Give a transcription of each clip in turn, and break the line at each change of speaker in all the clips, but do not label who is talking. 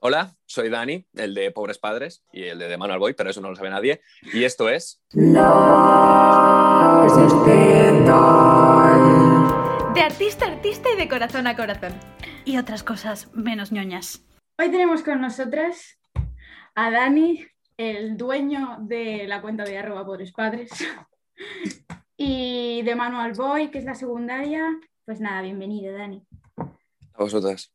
Hola, soy Dani, el de Pobres Padres y el de, de Manuel Boy, pero eso no lo sabe nadie. Y esto es.
Los intentan.
De artista a artista y de corazón a corazón. Y otras cosas menos ñoñas.
Hoy tenemos con nosotras a Dani, el dueño de la cuenta de arroba pobres padres, y de Manual Boy, que es la secundaria. Pues nada, bienvenido, Dani.
A vosotras.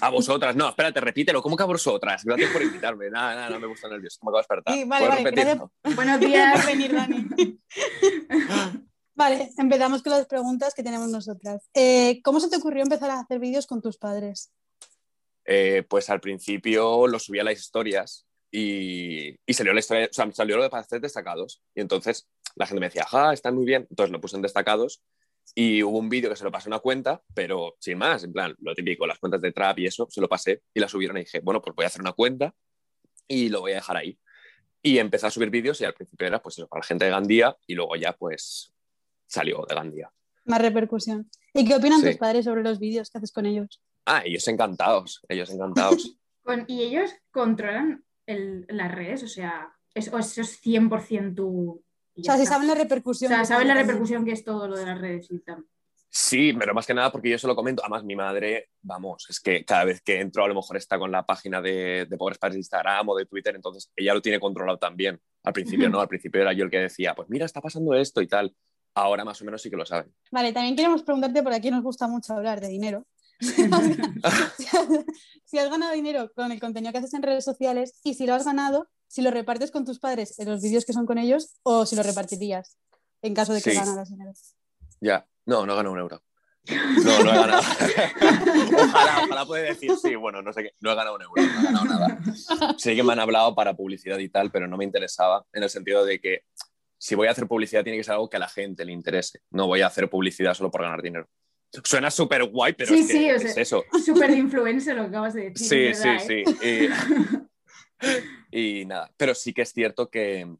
A vosotras, no, espérate, repítelo. ¿Cómo que a vosotras? Gracias por invitarme. Nada, nada, no me gusta nervioso. Me acabo de despertar.
Sí, vale,
¿Puedo
vale,
repetirlo?
Buenos
Por
días.
venir, Dani. Vale, empezamos con las preguntas que tenemos nosotras. Eh, ¿Cómo se te ocurrió empezar a hacer vídeos con tus padres?
Eh, pues al principio lo subí a las historias y, y salió la historia, o sea, salió lo de para hacer destacados. Y entonces la gente me decía, ajá, están muy bien. Entonces lo puse en destacados y hubo un vídeo que se lo pasé a una cuenta, pero sin más, en plan, lo típico, las cuentas de trap y eso, se lo pasé y la subieron y dije, bueno, pues voy a hacer una cuenta y lo voy a dejar ahí. Y empecé a subir vídeos y al principio era pues eso, para la gente de Gandía y luego ya pues salió de Gandía.
Más repercusión. ¿Y qué opinan
Sí.
tus padres sobre los vídeos que haces con ellos?
Ah, ellos encantados, ellos encantados.
Con- y ellos controlan el- las redes, o sea, es- o eso es 100% tu. y ya
O sea, si
está.
saben la
O
repercusión.
sea,
que
saben la
tiene.
repercusión que es todo lo de las redes y tal.
Sí, pero más que nada porque yo se lo comento. Además, mi madre, vamos, es que cada vez que entro a lo mejor está con la página de, de Pobres Padres de Instagram o de Twitter, entonces ella lo tiene controlado también. Al principio no, al principio era yo el que decía, pues mira, está pasando esto y tal. Ahora más o menos sí que lo saben.
Vale, también queremos preguntarte, por aquí nos gusta mucho hablar de dinero. si, has, si has ganado dinero con el contenido que haces en redes sociales y si lo has ganado, si lo repartes con tus padres en los vídeos que son con ellos o si lo repartirías en caso de que
Sí.
ganaras dinero.
Ya, no, no gano un euro. No, no he ganado. ojalá, ojalá puede decir, sí, bueno, no sé qué, no he ganado un euro, no he ganado nada. Sé que me han hablado para publicidad y tal, pero no me interesaba en el sentido de que si voy a hacer publicidad tiene que ser algo que a la gente le interese. No voy a hacer publicidad solo por ganar dinero. Suena súper guay, pero
Sí,
es, que
sí, o
es
sea,
eso.
Súper influencer lo que acabas de decir.
Sí,
es
sí,
verdad, ¿eh?
sí. Y, y nada, pero sí que es cierto que,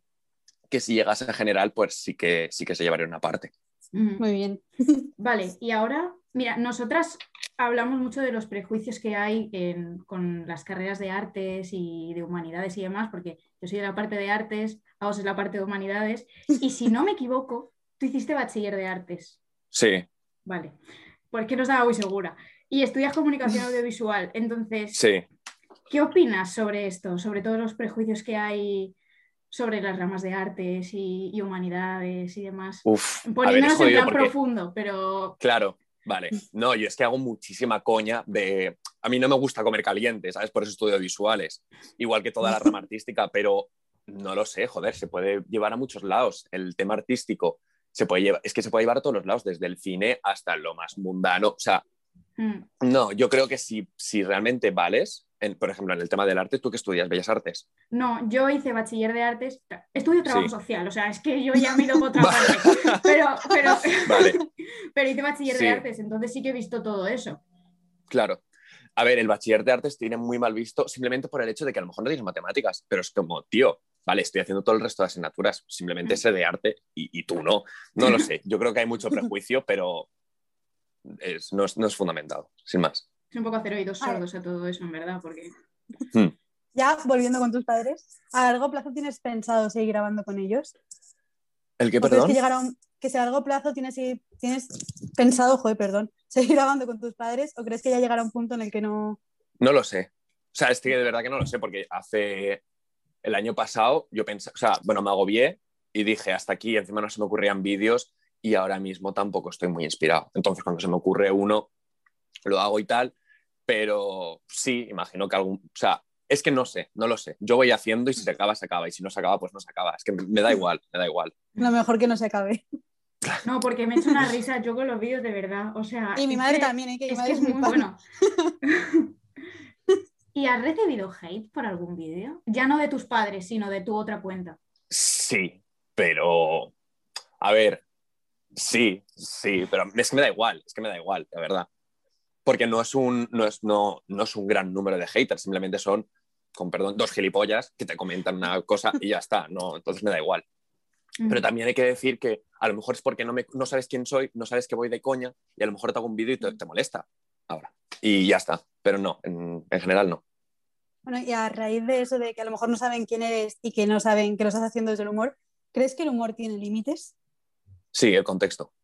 que si llegase a general, pues sí que, sí que se llevaría una parte.
Mm.
Muy bien.
Pues
Vale, y ahora, mira, nosotras hablamos mucho de los prejuicios que hay en- con las carreras de artes y de humanidades y demás, porque yo soy de la parte de artes, vos es la parte de humanidades, y si no me equivoco, tú hiciste bachiller de artes,
Sí,
vale, porque no estaba muy segura, y estudias comunicación audiovisual, entonces,
sí.
¿qué opinas sobre esto, sobre todos los prejuicios que hay sobre las ramas de artes y, y humanidades y demás?
Uf, a ver, es
Poniéndonos en
jodido
plan
porque...
profundo, pero...
Claro, vale. No, yo es que hago muchísima coña de... A mí no me gusta comer caliente, ¿sabes? Por eso estudio visuales. Igual que toda la rama artística, pero no lo sé, joder, se puede llevar a muchos lados. El tema artístico se puede llevar... Es que se puede llevar a todos los lados, desde el cine hasta lo más mundano. O sea,
mm,
no, yo creo que si, si realmente vales, en- por ejemplo, en el tema del arte, tú que estudias Bellas Artes.
No, yo hice bachiller de artes, tra- estudio trabajo
Sí.
social, o sea, es que yo ya me he ido por otra parte, pero, pero,
Vale.
pero hice bachiller
Sí.
de artes, entonces sí que he visto todo eso.
Claro. A ver, el bachiller de artes tiene muy mal visto simplemente por el hecho de que a lo mejor no tienes matemáticas, pero es como, tío, vale, estoy haciendo todo el resto de asignaturas,
Mm.
simplemente sé de arte y, y tú no. No lo sé, yo creo que hay mucho prejuicio, pero es- no, es, no es fundamentado, sin más.
Es un poco hacer oídos
Vale.
sordos a todo eso, en verdad, porque
Ya volviendo con tus padres, ¿a largo plazo tienes pensado seguir grabando con ellos?
¿El qué,
¿O crees
perdón?
que llegaron que si a largo plazo tienes, tienes pensado, joder, perdón, seguir grabando con tus padres o crees que ya llegará un punto en el que no
No lo sé. O sea, es que de verdad que no lo sé, porque hace el año pasado yo pensé, o sea, bueno, me agobié y dije hasta aquí, encima no se me ocurrían vídeos y ahora mismo tampoco estoy muy inspirado. Entonces, cuando se me ocurre uno, lo hago y tal, pero sí, imagino que algún, o sea, es que no sé, no lo sé. Yo voy haciendo y si se acaba, se acaba y si no se acaba, pues no se acaba. Es que me da igual, me da igual.
lo mejor que no se acabe?
no, porque me he hecho una risa yo con los vídeos de verdad, o sea,
Y mi
es
madre
que-
también, ¿eh? que mi
es que
madre
es
es
muy
muy fan.
bueno. ¿Y has recibido hate por algún vídeo? Ya no de tus padres, sino de tu otra cuenta.
Sí, pero. A ver, sí, sí, pero es que me da igual, es que me da igual, la verdad. Porque no es un, no es, no, no es un gran número de haters, simplemente son, con perdón, dos gilipollas que te comentan una cosa y ya está, no, entonces me da igual.
Mm.
Pero también hay que decir que a lo mejor es porque no, me, no sabes quién soy, no sabes que voy de coña y a lo mejor te hago un vídeo y te, te molesta ahora. Y ya está, pero no, en, en general no.
Bueno, y a raíz de eso, de que a lo mejor no saben quién eres y que no saben que lo estás haciendo desde el humor, ¿crees que el humor tiene límites?
Sí, el contexto.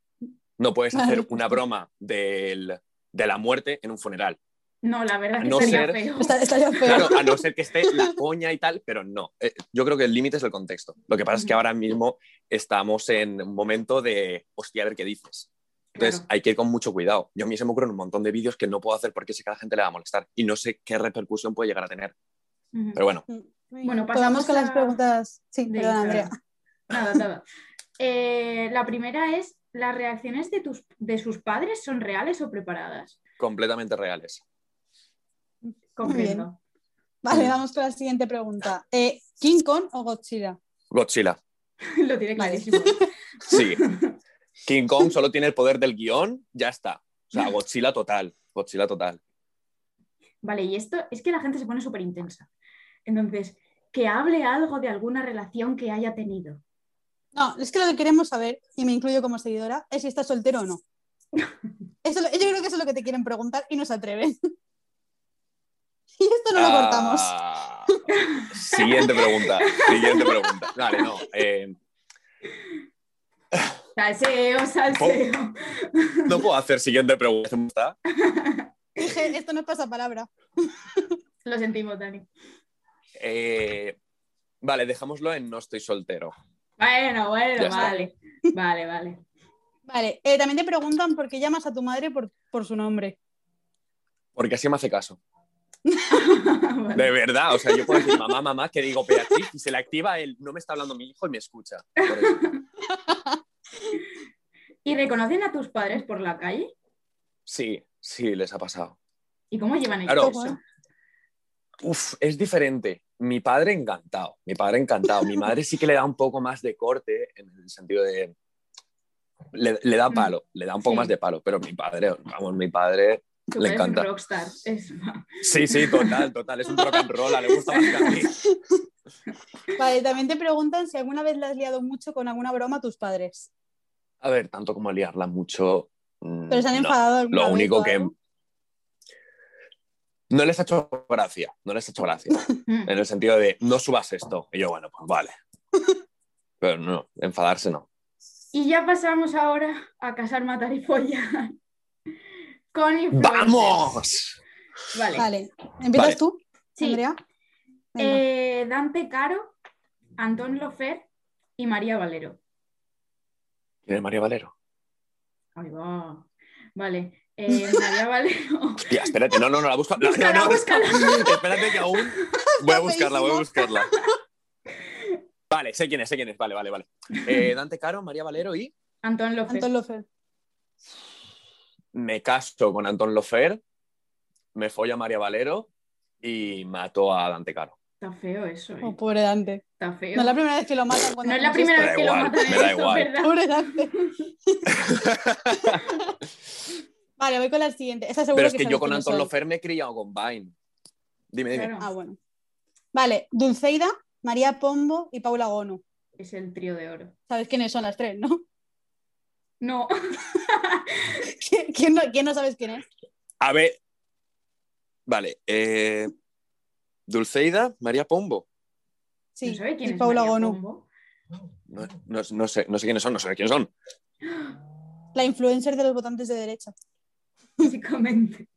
No puedes
Vale.
hacer una broma del- de la muerte en un funeral.
No, la
A
verdad es que
no
sería
ser-
feo.
Está- estaría feo.
Claro, a no ser que esté la coña y tal, pero no. Eh, yo creo que el límite es el contexto. Lo que pasa es que ahora mismo estamos en un momento de, hostia, a ver qué dices. Entonces
Claro.
hay que ir con mucho cuidado. Yo a mí se me ocurren un montón de vídeos que no puedo hacer porque sé que a la gente le va a molestar y no sé qué repercusión puede llegar a tener.
Ujú.
Pero bueno,
Bueno,
Pues
pasamos
vamos con las
a-
preguntas. Sí,
de
perdón,
Instagram.
Andrea.
Nada, nada. Eh, la primera es, ¿las reacciones de, tus, de sus padres son reales o preparadas?
completamente reales.
Comprendo.
Vale, vamos con la siguiente pregunta. Eh, ¿King Kong o Godzilla?
Godzilla,
Lo tiene
Vale.
clarísimo.
sí. King Kong solo tiene el poder del guión, ya está. O sea, Godzilla total, Godzilla total.
Vale, y esto es que la gente se pone súper intensa. Entonces, que hable algo de alguna relación que haya tenido.
No, es que lo que queremos saber, y me incluyo como seguidora, es si estás soltero o no. Eso, lo- yo creo que eso es lo que te quieren preguntar y no se atreven. Y esto no lo cortamos.
Ah, Siguiente pregunta, siguiente pregunta. Vale, no. eh,
Oh.
Salseo, salseo.
No puedo hacer siguiente pregunta.
Dije, esto no es pasapalabra.
Lo sentimos, Dani.
Eh, vale, dejámoslo en no estoy soltero.
Bueno, bueno,
Ya está.
vale. Vale, vale.
Vale, eh, también te preguntan por qué llamas a tu madre por, por su nombre.
Porque así me hace caso.
Vale.
De verdad, o sea, yo puedo decir mamá, mamá, que digo Beatriz y se le activa el no me está hablando mi hijo y me escucha. Por eso.
¿Y reconocen a tus padres por la calle?
Sí, sí, les ha pasado.
¿Y cómo llevan
Claro.
eso?
Uf, es diferente. Mi padre encantado, mi padre encantado. Mi madre sí que le da un poco más de corte en el sentido de... Le, le
Mm.
da palo, le da un poco
Sí.
más de palo, pero mi padre, vamos, mi padre...
Tu
Le
padre
encanta.
Es un rockstar. Es-
Sí, sí, total, total, es un rock and roll, le gusta más que a mí.
Vale, también te preguntan si alguna vez le has liado mucho con alguna broma a tus padres.
A ver, tanto como liarla mucho. mm,
Pero se han
no.
enfadado alguna
Lo
vez o
único que.
algo.
No les ha hecho gracia, no les ha hecho gracia.
Mm.
En el sentido de, no subas esto. Y yo, bueno, pues vale. Pero no, enfadarse no.
Y ya pasamos ahora a casar, matar y follar. Con influencers.
¡Vamos!
Vale.
Vale, ¿empiezas
Vale.
tú,
Sí.
Andrea? Venga.
Eh, Dante Caro, Antón Lofer y María Valero.
¿Quién es María Valero?
Ahí va. Vale. eh, María Valero.
Hostia, espérate, no, no, no, la busco. No, no,
Búscala,
no,
búscala.
Espérate que aún. Voy a buscarla, voy a buscarla. Vale, sé quién es, sé quién es. Vale, vale, vale. Eh, Dante Caro, María Valero y.
Antón Lofer.
Antón Lofer.
me caso con Anton Lofer, me follo a María Valero y mato a Dante Caro.
Está feo eso, eh.
Oh, pobre Dante.
Está feo.
No es la primera vez que lo matan. cuando
No es la
hacemos
primera
Me da
vez que lo
igual,
matan en
me da
esto,
igual.
¿verdad?
esto. Pobre Dante. Vale, voy con la siguiente. Esa seguro
Pero es que,
sabes
yo con
quiénes
Anton
son.
Lofer me he criado con Vine. Dime, dime.
Claro,
Ah, bueno. Vale, Dulceida, María Pombo y Paula Gonu.
Es el trío de oro.
¿Sabes quiénes son las tres, no?
No.
¿Qui- ¿Quién no, quién no sabes quién es?
A ver. Vale. eh, Dulceida, María Pombo.
Sí,
no sabe quién
y
es
Paula
María
Gonu.
Pombo.
No, no- no sé, no sé quiénes son, no sé quiénes son.
La influencer de los votantes de derecha.
Básicamente.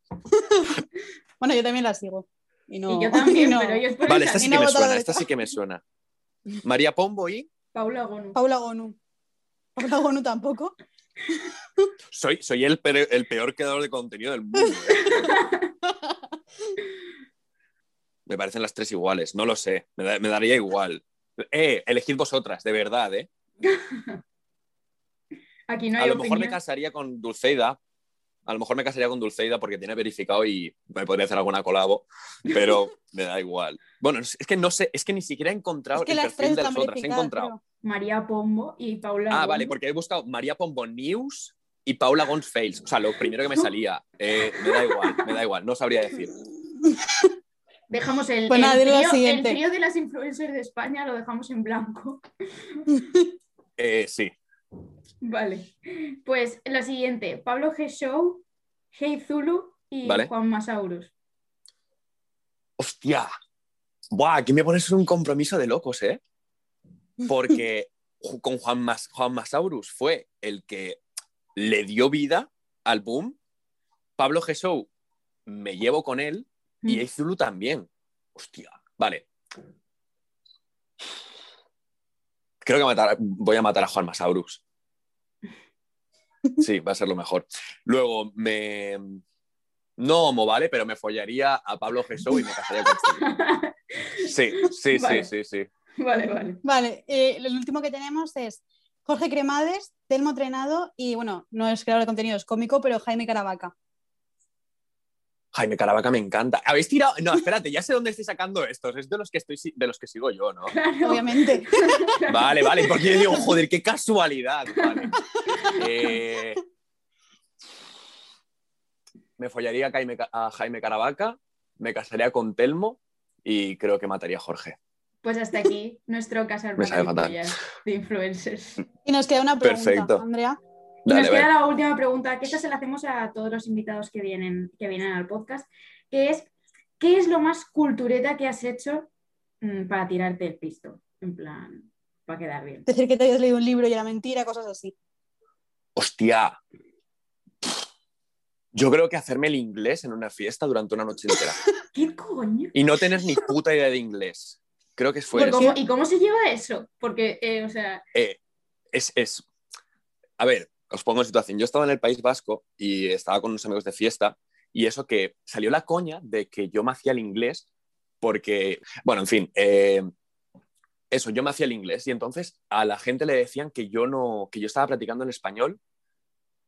Bueno, yo también la sigo. Y, no,
y yo también,
y no.
pero yo es por
Vale,
esa-
esta sí
Y
que
no
me
voto a la
suena,
derecha.
esta sí que me suena. María Pombo y.
Paula Gonu.
Paula Gonu. Paula Gonu tampoco.
Soy, soy el, peor, el peor creador de contenido del mundo. ¿eh? me parecen las tres iguales, no lo sé, me, da- me daría igual. Eh, elegid vosotras, de verdad, ¿eh?
Aquí no hay
a lo
opinión.
mejor me casaría con Dulceida. A lo mejor me casaría con Dulceida porque tiene verificado y me podría hacer alguna colabo, pero me da igual. Bueno, es es que no sé, es que ni siquiera he encontrado
es que
el
las
perfil
tres
de las
están
otras. He
verificadas.
encontrado.
creo.
María Pombo y Paula
Ah,
Gonu.
vale, porque he buscado María Pombo News y Paula Gons Fails. O sea, lo primero que me salía. Eh, me da igual, me da igual, no sabría decir.
Dejamos el,
Pues
el
nada, dilo la
trío, el
siguiente.
trío de las influencers de España, lo dejamos en blanco.
Eh, sí,
Vale. Pues la siguiente, Pablo G. Show, Hey Zulu y
Vale.
Juan Masaurus.
Hostia, Buah, aquí me pones en un compromiso de locos, ¿eh? Porque ju- con Juan, Mas, Juan Masaurus fue el que le dio vida al boom. Pablo Gesou me llevo con él y
Mm.
Eizulu también. Hostia, vale. Creo que matar- voy a matar a Juan Masaurus. Sí, va a ser lo mejor. Luego me. No homo, ¿vale? Pero me follaría a Pablo Gesou y me casaría con Eizulu. Sí, sí,
Vale.
sí, sí, sí.
vale, vale.
Vale, eh, el último que tenemos es Jorge Cremades, Telmo Trenado y, bueno, no es creador de contenido, es cómico, pero Jaime Caravaca.
Jaime Caravaca me encanta. ¿Habéis tirado? No, espérate, ya sé dónde estoy sacando estos. Es de los que estoy si- de los que sigo yo, ¿no?
Claro.
Obviamente.
Vale, vale, porque yo digo, joder, qué casualidad. Vale. Eh, me follaría a Jaime, Ca- a Jaime Caravaca, me casaría con Telmo y creo que mataría a Jorge.
Pues hasta aquí nuestro casar
Me sale fatal.
de influencers.
Y nos queda una pregunta,
Perfecto.
Andrea.
Y
Dale,
nos
ve.
queda la última pregunta, que esta se la hacemos a todos los invitados que vienen, que vienen al podcast, que es, ¿qué es lo más cultureta que has hecho mm, para tirarte el pisto? En plan, para quedar bien.
Decir que te habías leído un libro y era mentira, cosas así.
Hostia. Yo creo que hacerme el inglés en una fiesta durante una noche entera
¿Qué coño?
y no tener ni puta idea de inglés. Creo Pues que fue
¿Y,
eso.
cómo, y cómo se lleva eso? Porque, eh, o sea,
eh, es, es- A ver, os pongo en situación. Yo estaba en el País Vasco y estaba con unos amigos de fiesta y eso que salió la coña de que yo me hacía el inglés porque, bueno, en fin, eh, eso, yo me hacía el inglés y entonces a la gente le decían que yo no, que yo estaba practicando el español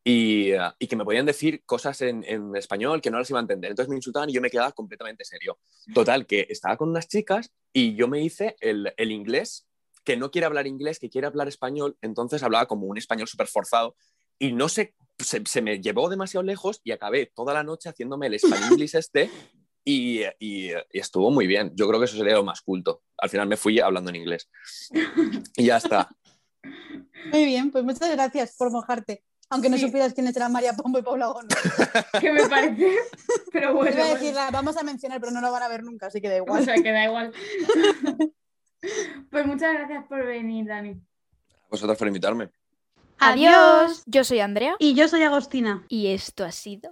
y, eh, y que me podían decir cosas en, en español que no las iba a entender. Entonces me insultaban y yo me quedaba completamente serio. Total, que estaba con unas chicas y yo me hice el, el inglés, que no quiere hablar inglés, que quiere hablar español, entonces hablaba como un español súper forzado y no sé, se, se me llevó demasiado lejos y acabé toda la noche haciéndome el español este y, y- y estuvo muy bien. Yo creo que eso sería lo más culto. Al final me fui hablando en inglés. Y ya está.
Muy bien, pues muchas gracias por mojarte. Aunque no
Sí.
supieras quiénes eran María Pombo y Paula Gómez.
que me parece, pero bueno,
Iba
bueno.
a
pues,
decir, la vamos a mencionar, pero no lo van a ver nunca, así que da
o
igual.
sea, que da igual. Pues muchas gracias por venir, Dani.
Vosotros por invitarme.
Adiós.
Yo soy Andrea
Y yo soy Agostina.
y esto ha sido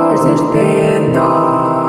Los distintos.